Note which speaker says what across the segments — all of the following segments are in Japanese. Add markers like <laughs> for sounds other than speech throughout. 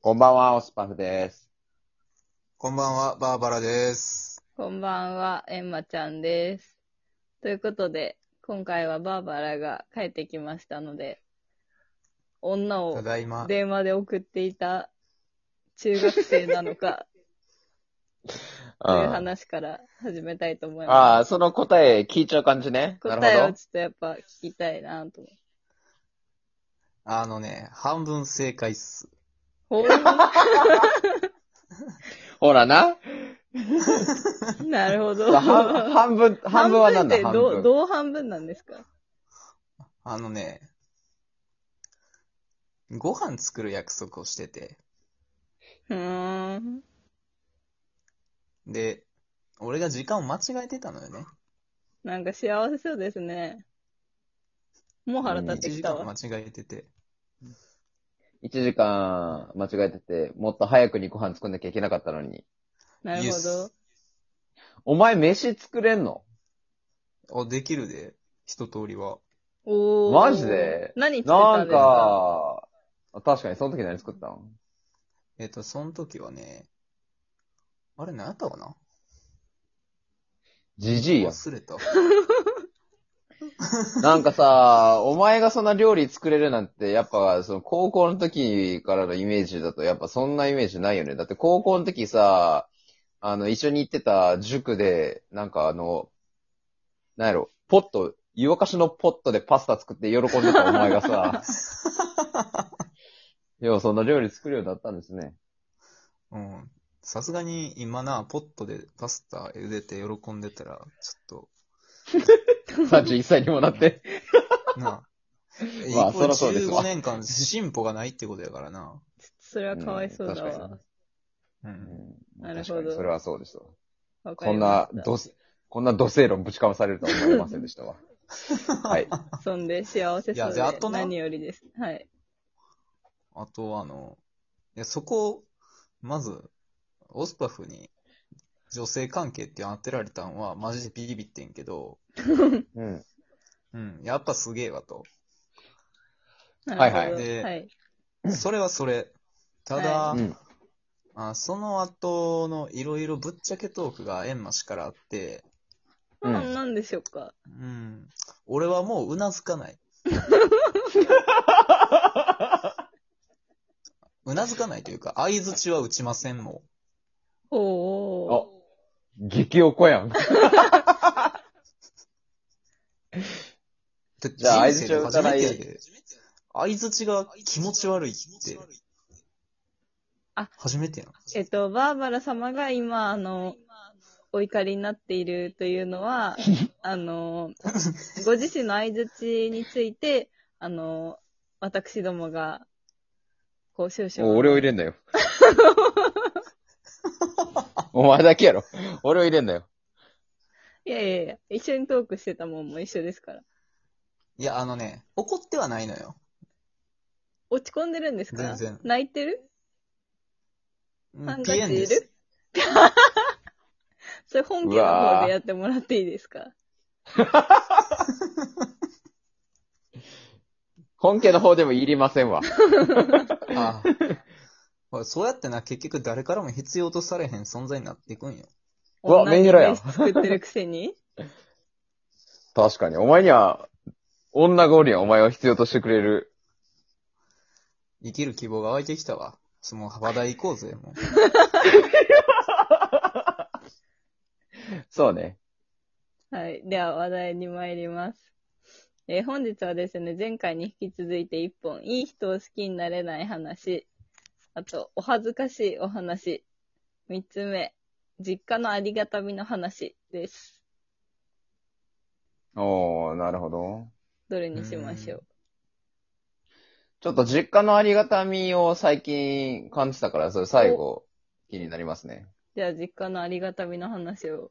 Speaker 1: こんばんは、オスパフです。
Speaker 2: こんばんは、バーバラです。
Speaker 3: こんばんは、エンマちゃんです。ということで、今回はバーバラが帰ってきましたので、女
Speaker 2: た
Speaker 3: を
Speaker 2: だいま。
Speaker 3: 電話で送っていた中学生なのかという
Speaker 1: うん
Speaker 3: 話から始めたいと思い
Speaker 1: あ
Speaker 3: ま
Speaker 1: あ、その答え聞いちゃう感じね。
Speaker 3: す。
Speaker 1: な
Speaker 3: 答え
Speaker 1: るほ
Speaker 3: を
Speaker 1: ど
Speaker 3: ちょ。っとやっぱ聞きたいなと
Speaker 2: あのね、半分正解っす。
Speaker 1: <laughs>
Speaker 3: 思って。ほ
Speaker 1: ほらな。
Speaker 3: <laughs> んなるほど。
Speaker 1: 半半分、半分はなんだ
Speaker 3: 半
Speaker 1: 半
Speaker 3: 分ってどう
Speaker 1: 分。
Speaker 3: どう半分なんですか
Speaker 2: あのね、ご飯作る約束をしてて、
Speaker 3: うーん。
Speaker 2: で、俺が時間を間違えてたのよね。
Speaker 3: なんか幸せそうですね。もう腹立って
Speaker 2: 1
Speaker 3: き
Speaker 2: 時
Speaker 3: た
Speaker 2: 間
Speaker 3: わ。
Speaker 2: 間違えてて。
Speaker 1: 1時間間違えてて、もっと早くにご飯作んなきゃいけなかったのに。
Speaker 3: なるほど。
Speaker 1: お前飯作れんの
Speaker 2: ど。あ、できるで、一通りは。
Speaker 3: おー。
Speaker 1: マジで
Speaker 3: 何作った
Speaker 1: なんん
Speaker 3: ですか
Speaker 1: か、確かにその時何作ったの
Speaker 2: えっと、その時はね、あれ、何やったかな
Speaker 1: じじいやん。
Speaker 2: 忘れた。
Speaker 1: なんかさ、お前がそんな料理作れるなんて、やっぱ、その高校の時からのイメージだと、やっぱそんなイメージないよね。だって高校の時さ、あの、一緒に行ってた塾で、なんかあの、なんやろ、ポット、湯沸かしのポットでパスタ作って喜んでたお前が
Speaker 3: <laughs>
Speaker 1: さ、ようそんな料理作るようになったんですね。
Speaker 2: うん。さすがに今な、ポットでパスタ茹でて喜んでたら、ちょ
Speaker 1: 31歳にもなって。
Speaker 2: っ <laughs> と、なあ。え
Speaker 1: まあ
Speaker 2: これ
Speaker 1: そらそうですわ
Speaker 2: 15年間進歩がないってことやからな。
Speaker 3: それはかわいそうだ
Speaker 1: うん確か
Speaker 3: わ。
Speaker 2: う。
Speaker 1: うんん
Speaker 3: なるほど
Speaker 1: 確かにそれはそうですわ。
Speaker 3: わ
Speaker 1: こ
Speaker 3: かり
Speaker 1: ん
Speaker 3: ま
Speaker 1: な
Speaker 3: した、
Speaker 1: どせ、こんな土星論ぶちかまされるとは思いませんでしたわ。はい。
Speaker 3: そんで幸せ
Speaker 2: い
Speaker 3: そ
Speaker 2: や
Speaker 3: う
Speaker 2: じ
Speaker 3: で
Speaker 2: ゃああとな
Speaker 3: 何よりです。はい。
Speaker 2: あと、あの、いやそこ、まず、オスパフに女性関係って当てられたんは、マジでビビってんけど、
Speaker 1: うん。
Speaker 2: うん、やっぱすげえわと。
Speaker 1: はいはい
Speaker 3: なるほど
Speaker 2: で
Speaker 3: はい。
Speaker 2: それはそれ。ただ、
Speaker 3: は
Speaker 1: うん。
Speaker 2: あその後のいろいろぶっちゃけトークがエンマ氏からあって、
Speaker 1: う
Speaker 3: うんん、なんでしょうか。
Speaker 2: うん、俺はもううなずか
Speaker 1: <laughs>
Speaker 2: ない。うなずかないというか、相づちは打ちませんも
Speaker 3: おーお
Speaker 1: 激おこやん。
Speaker 2: う。
Speaker 1: じゃあ
Speaker 2: 人生で初めて
Speaker 1: 相づちは
Speaker 2: や
Speaker 1: 打た
Speaker 2: で相づちが気持ち悪いって。
Speaker 3: あ
Speaker 2: 初めてやん。
Speaker 3: ーえっと、バーバラ様が今、あの、お怒りになっているというの
Speaker 1: <laughs>
Speaker 3: は、あの、ご自身の相槌について、あの、私どもが、こう、少々。
Speaker 1: もう俺を入れんなよ。お前だけやろ。俺を入れんなよ。
Speaker 3: いやいやいや、一緒にトークしてたもんも一緒ですから。
Speaker 2: いや、あのね、怒ってはないのよ。
Speaker 3: 落ち込んでるんですか
Speaker 2: 全然
Speaker 3: 泣いてる
Speaker 2: うん
Speaker 3: ハンカ
Speaker 2: ピ
Speaker 3: チ
Speaker 2: エンで
Speaker 3: い
Speaker 2: す
Speaker 3: る。それ本家の方でやってもらっていいですか
Speaker 1: 本家の方でもいりませんわ。
Speaker 2: ああそうやってな、結局誰からも必要とされへん存在になっていくんよ。
Speaker 1: うわ
Speaker 3: 女に
Speaker 1: メンヘラやん
Speaker 3: レシピ作ってるく
Speaker 1: <laughs>
Speaker 3: せに
Speaker 1: 確かに。お前には、女ゴリはお前を必要としてくれる。
Speaker 2: 生きる希望が湧いてきたわ。その、話題行こうぜ、もう。
Speaker 1: そうね。
Speaker 3: はい。では話題に参ります。えー本日はですね、前回に引き続いて一本、いい人を好きになれない話、あと、お恥ずかしいお話、三つ目、実家のありがたみの話です。
Speaker 1: おー、なるほど。
Speaker 3: どれにしましょう。
Speaker 1: ちょっと実家のありがたみを最近感じたから、それ最後、気になりますね。
Speaker 3: じゃあ、実家のありがたみの話を、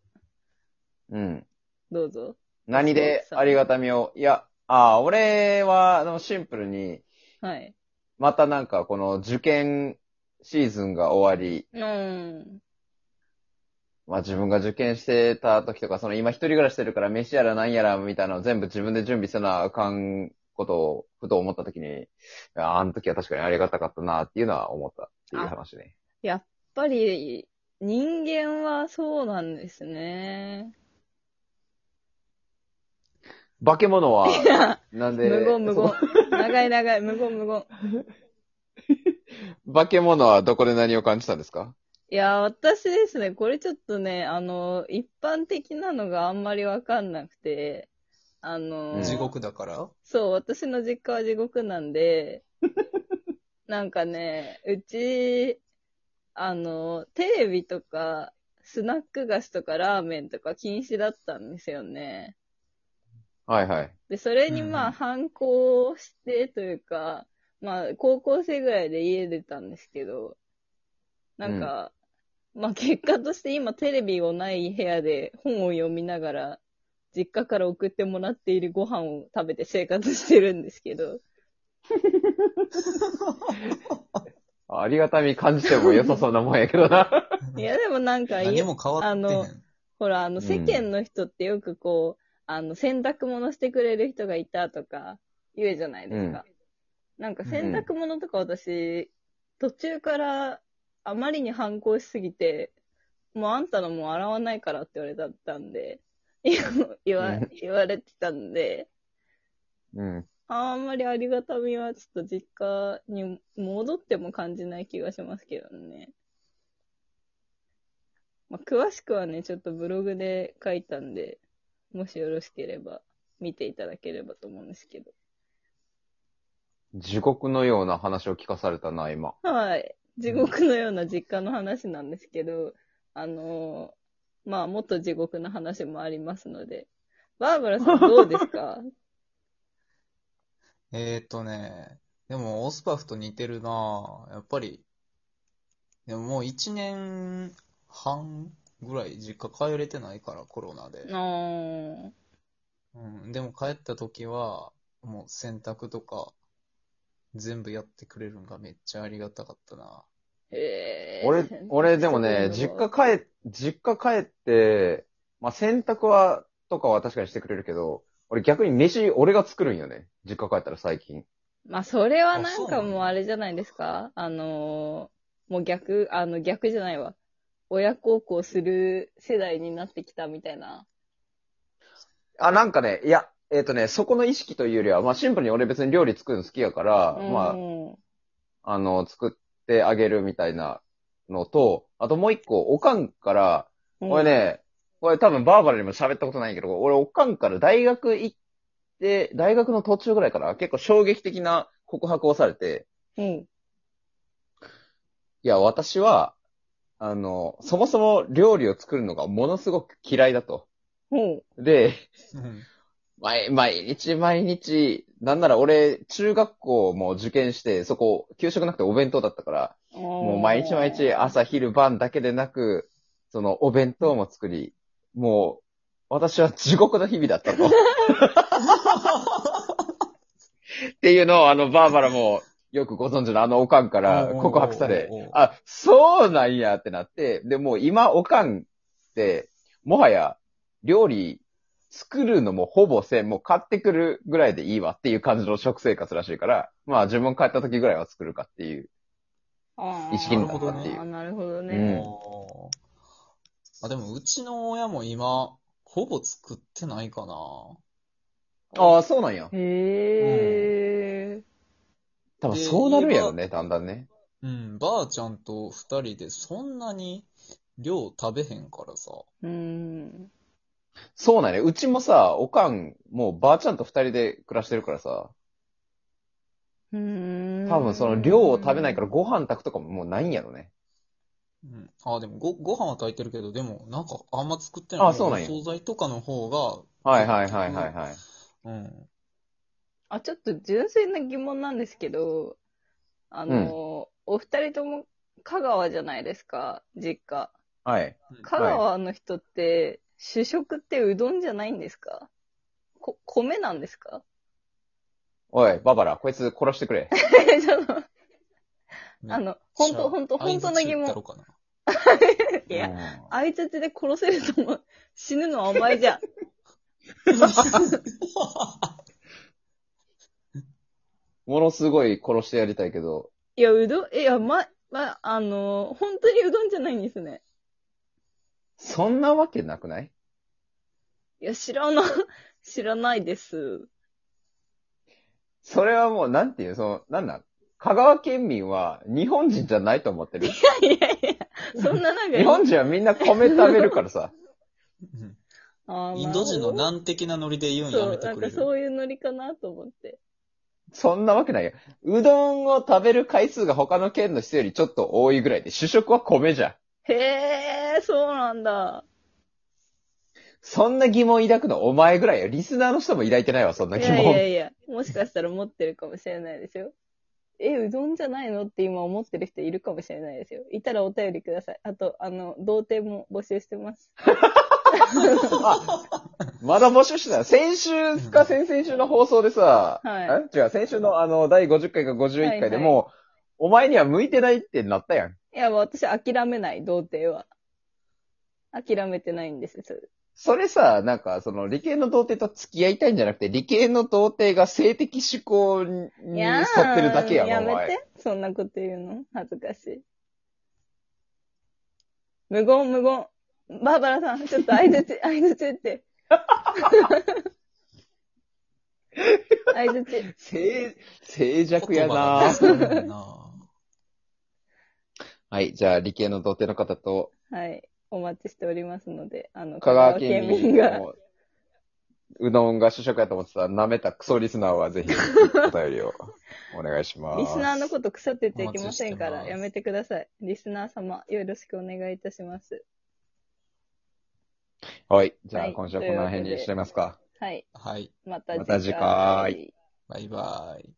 Speaker 1: うん。
Speaker 3: どうぞ。
Speaker 1: 何でありがたみを、いや、あー、俺は、あの、シンプルに、
Speaker 3: はい。
Speaker 1: またなんかこの受験シーズンが終わり、
Speaker 3: うん。
Speaker 1: まあ自分が受験してた時とか、その今一人暮らししてるから飯やら何やらみたいなのを全部自分で準備せなあかんことをふと思った時に、ああの時は確かにありがたかったなっていうのは思った。っていう話ね。
Speaker 3: やっぱり人間はそうなんですね。
Speaker 1: 化け物は、なんで、
Speaker 3: 無言無
Speaker 1: そ
Speaker 3: 言。長い長い、無言無言。
Speaker 1: の化け物はどこで何を感じたんですか
Speaker 3: いや、私ですね、これちょっとね、あの、一般的なのがあんまりわかんなくて、あの、
Speaker 1: うん
Speaker 2: 地獄だから
Speaker 3: そう、私の実家は地獄な
Speaker 2: <laughs>
Speaker 3: んで、なんかね、うち、あの、テレビとか、スナック菓子とかラーメンとか禁止だったんですよね。
Speaker 1: はいはい。
Speaker 3: で、それにま
Speaker 2: うんう
Speaker 3: あ
Speaker 2: ん
Speaker 3: 反抗してというか、まあ高校生ぐらいで家出たんですけど、なんか、まあ結果として今テレビをない部屋で本を読みながら、実家から送ってもらっているご飯を食べて生活してるんですけど、
Speaker 1: ありがたみ感じても良さそうなもんやけど
Speaker 3: <laughs>
Speaker 1: な。
Speaker 3: いやでもなんか、
Speaker 2: 何も変わってへ
Speaker 3: あの
Speaker 2: ん。
Speaker 3: ほら、あの、
Speaker 1: うん
Speaker 3: 世間の人ってよくこう、あの、洗濯物してくれる人がいたとか言うじゃないですか。なんか洗濯物とか私、途中からあまりに反抗しすぎて、もうあんたのもう洗わないからって言われたったんで、 <laughs> 言わ
Speaker 1: うん
Speaker 3: 言われてたんで、
Speaker 1: うん。
Speaker 3: あんまりありがたみはちょっと実家に戻っても感じない気がしますけどね。まあ、詳しくはね、ちょっとブログで書いたんで、もしよろしければ見ていただければと思うんですけど。
Speaker 1: 地獄のような話を聞かされたな、今。
Speaker 3: はい。地獄のような実家の話なんですけど、あのーまあ、もっと地獄の話もありますので。バーバラさんどうですか <laughs>
Speaker 2: えーっとね、でもオスパフと似てるなぁやっぱり、でももう一年半ぐらい実家帰れてないからコロナで
Speaker 3: あ。ー
Speaker 2: うん、でも帰った時は、もう洗濯とか全部やってくれるんがめっちゃありがたかったな。
Speaker 3: えー <laughs>
Speaker 1: 俺、俺でもね、実家帰、実家帰って、まあ、洗濯は、とかは確かにしてくれるけど、俺逆に飯俺が作るんよね。実家帰ったら最近。
Speaker 3: まあ、それはなん
Speaker 2: あ
Speaker 3: か
Speaker 2: そうな
Speaker 3: もう
Speaker 2: の
Speaker 3: あれじゃないですかあのーもう逆、あの、逆じゃないわ。親孝行する世代になってきたみたいな。
Speaker 1: あ、なんかね、いや、えっ、とね、そこの意識というよりは、まあ、シンプルに俺別に料理作るの好きやから、まあ
Speaker 3: う、ん
Speaker 1: あの、作ってあげるみたいなのと、あともう一個、おかんから、
Speaker 3: うん、
Speaker 1: 俺ね、これ多分バーバラにも喋ったことないけど、俺おかんから大学行って、大学の途中ぐらいから結構衝撃的な告白をされて、
Speaker 3: うん。
Speaker 1: いや、私は、あの、そもそも料理を作るのがものすごく嫌いだと。
Speaker 3: うん。
Speaker 1: で、 <laughs>
Speaker 2: うん。
Speaker 1: 毎毎日毎日、なんなら俺、中学校も受験して、そこ、給食なくてお弁当だったから、も
Speaker 3: も
Speaker 1: う毎日毎日朝昼晩だけでなく、そのお弁当も作り、もう、私は地獄の日々だったの。っていうのを、あの、バーバラも、よくご存知のあのおかんから告白され
Speaker 2: おうおうおうおう、
Speaker 1: あ、そうなんやってなって、で、もう今おかんって、もはや、料理作るのもほぼせん、もう買ってくるぐらいでいいわっていう感じの食生活らしいから、まあ自分帰った時ぐらいは作るかっていう。意識
Speaker 2: になったっていう
Speaker 3: あーなるほどね。
Speaker 1: うん
Speaker 2: おーあ、でもうちの親も今、ほぼ作ってないかな。
Speaker 1: ああ、そうなんや。
Speaker 3: へえ。
Speaker 1: 多分そうなるんやろね、だんだんね。
Speaker 2: うん、ばあちゃんと二人でそんなに量食べへんからさ。
Speaker 3: うん。
Speaker 1: そうなんやね。うちもさ、おかん、もうばあちゃんと二人で暮らしてるからさ、
Speaker 3: うん。
Speaker 1: 多分その量を食べないからご飯炊くとかももうないんやろね。
Speaker 2: うん。あ、でもご、ご飯は炊いてるけど、でも、なんかあんま作ってない。
Speaker 1: あそうなんや
Speaker 2: 惣菜とかの方が、
Speaker 1: はいはいはいはいはい。
Speaker 2: うん。
Speaker 3: あ、ちょっと純粋な疑問なんですけど、あの、お二人とも香川じゃないですか、実家。
Speaker 1: はい。
Speaker 3: 香川の人って、主食ってうどんじゃないんですかこ、米なんですか <laughs>
Speaker 1: おい、ババラ、こいつ殺してくれ。
Speaker 3: えちょっと、あ
Speaker 2: めっ
Speaker 3: の、
Speaker 2: ちゃ
Speaker 3: 本当本当本当の疑
Speaker 2: 相槌打った
Speaker 3: 問
Speaker 2: ろ。かない
Speaker 3: <laughs> や、
Speaker 1: うん
Speaker 3: 相づちで殺せると思う。死ぬのはお前じゃ。
Speaker 1: ものすごい殺してやりたいけど、
Speaker 3: いや、うどん、いや、ま、まあ、あのー本当にうどんじゃないんですね。
Speaker 1: そんなわけなくない
Speaker 3: いや、知らな、知らないです。 <laughs>
Speaker 1: それはもう、なんていう、その、なんなん香川県民は日本人じゃないと思ってる。
Speaker 3: いやいやいや、そんななんか、
Speaker 1: 日本人はみんな米食べるからさ。
Speaker 3: <laughs>
Speaker 2: うん
Speaker 3: あーまあ
Speaker 2: インド人の難的なノリで言うんや
Speaker 3: そ
Speaker 2: め
Speaker 3: う、
Speaker 2: て
Speaker 3: なん
Speaker 2: くれ
Speaker 3: か
Speaker 2: る。
Speaker 3: そういうノリかなと思って。
Speaker 1: そんなわけないよ。うどんを食べる回数が他の県の人よりちょっと多いぐらいで、主食は米じゃん。
Speaker 3: へえ、そうなんだ。
Speaker 1: そんな疑問抱くのお前ぐらいよ。リスナーの人も抱いてないわ、そんない疑
Speaker 3: やい
Speaker 1: 問。
Speaker 3: やいや、もしかしたら持ってるかもしれないですよ。え、うどんじゃないのって今思ってる人いるかもしれないですよ。いたらお便りください。あと、あの、童貞も募集してます。
Speaker 1: <laughs> あまだ募集してた。先週か先々週の放送でさ、
Speaker 3: は
Speaker 1: え違う、先週のあの、第50回か51回でもう、
Speaker 3: は
Speaker 1: お前には向いてないってなったやん。
Speaker 3: い。いや、もう私諦めない、童貞は。諦めてないんです。それ
Speaker 1: それさ、なんか、その、理系の童貞と付き合いたいんじゃなくて、理系の童貞が性的思考に沿
Speaker 3: いやー
Speaker 1: ってるだけやん、
Speaker 3: や
Speaker 1: お
Speaker 3: め
Speaker 1: 前。
Speaker 3: て。そんなこと言うの。恥ずかしい。無言、無言。バーバラさん、ちょっと相づち、相づち
Speaker 1: <laughs>
Speaker 3: って。 <laughs> 相づち。
Speaker 1: 静、静寂や
Speaker 2: 言葉
Speaker 1: な
Speaker 2: が出せんな
Speaker 1: はい、じゃあ、理系の童貞の方と、
Speaker 3: はい。お待ちしておりますので、あの、
Speaker 1: 香川県
Speaker 3: 香川県
Speaker 1: 民
Speaker 3: 民が。
Speaker 1: の、うどんが主食やと思ってた、舐めたクソリスナーはぜひ、お便りをお願いします。
Speaker 3: リスナーのこと腐ってていけませんか
Speaker 2: お待ちしてま
Speaker 3: ら、
Speaker 2: す
Speaker 3: やめてください。リスナー様、よろしくお願いいたします。
Speaker 1: はい、じゃあ、
Speaker 3: はい
Speaker 1: 今週はこの辺にしてみますか。
Speaker 3: はい。
Speaker 2: はい。
Speaker 3: また
Speaker 1: また次回
Speaker 3: 次回
Speaker 2: バイバイ。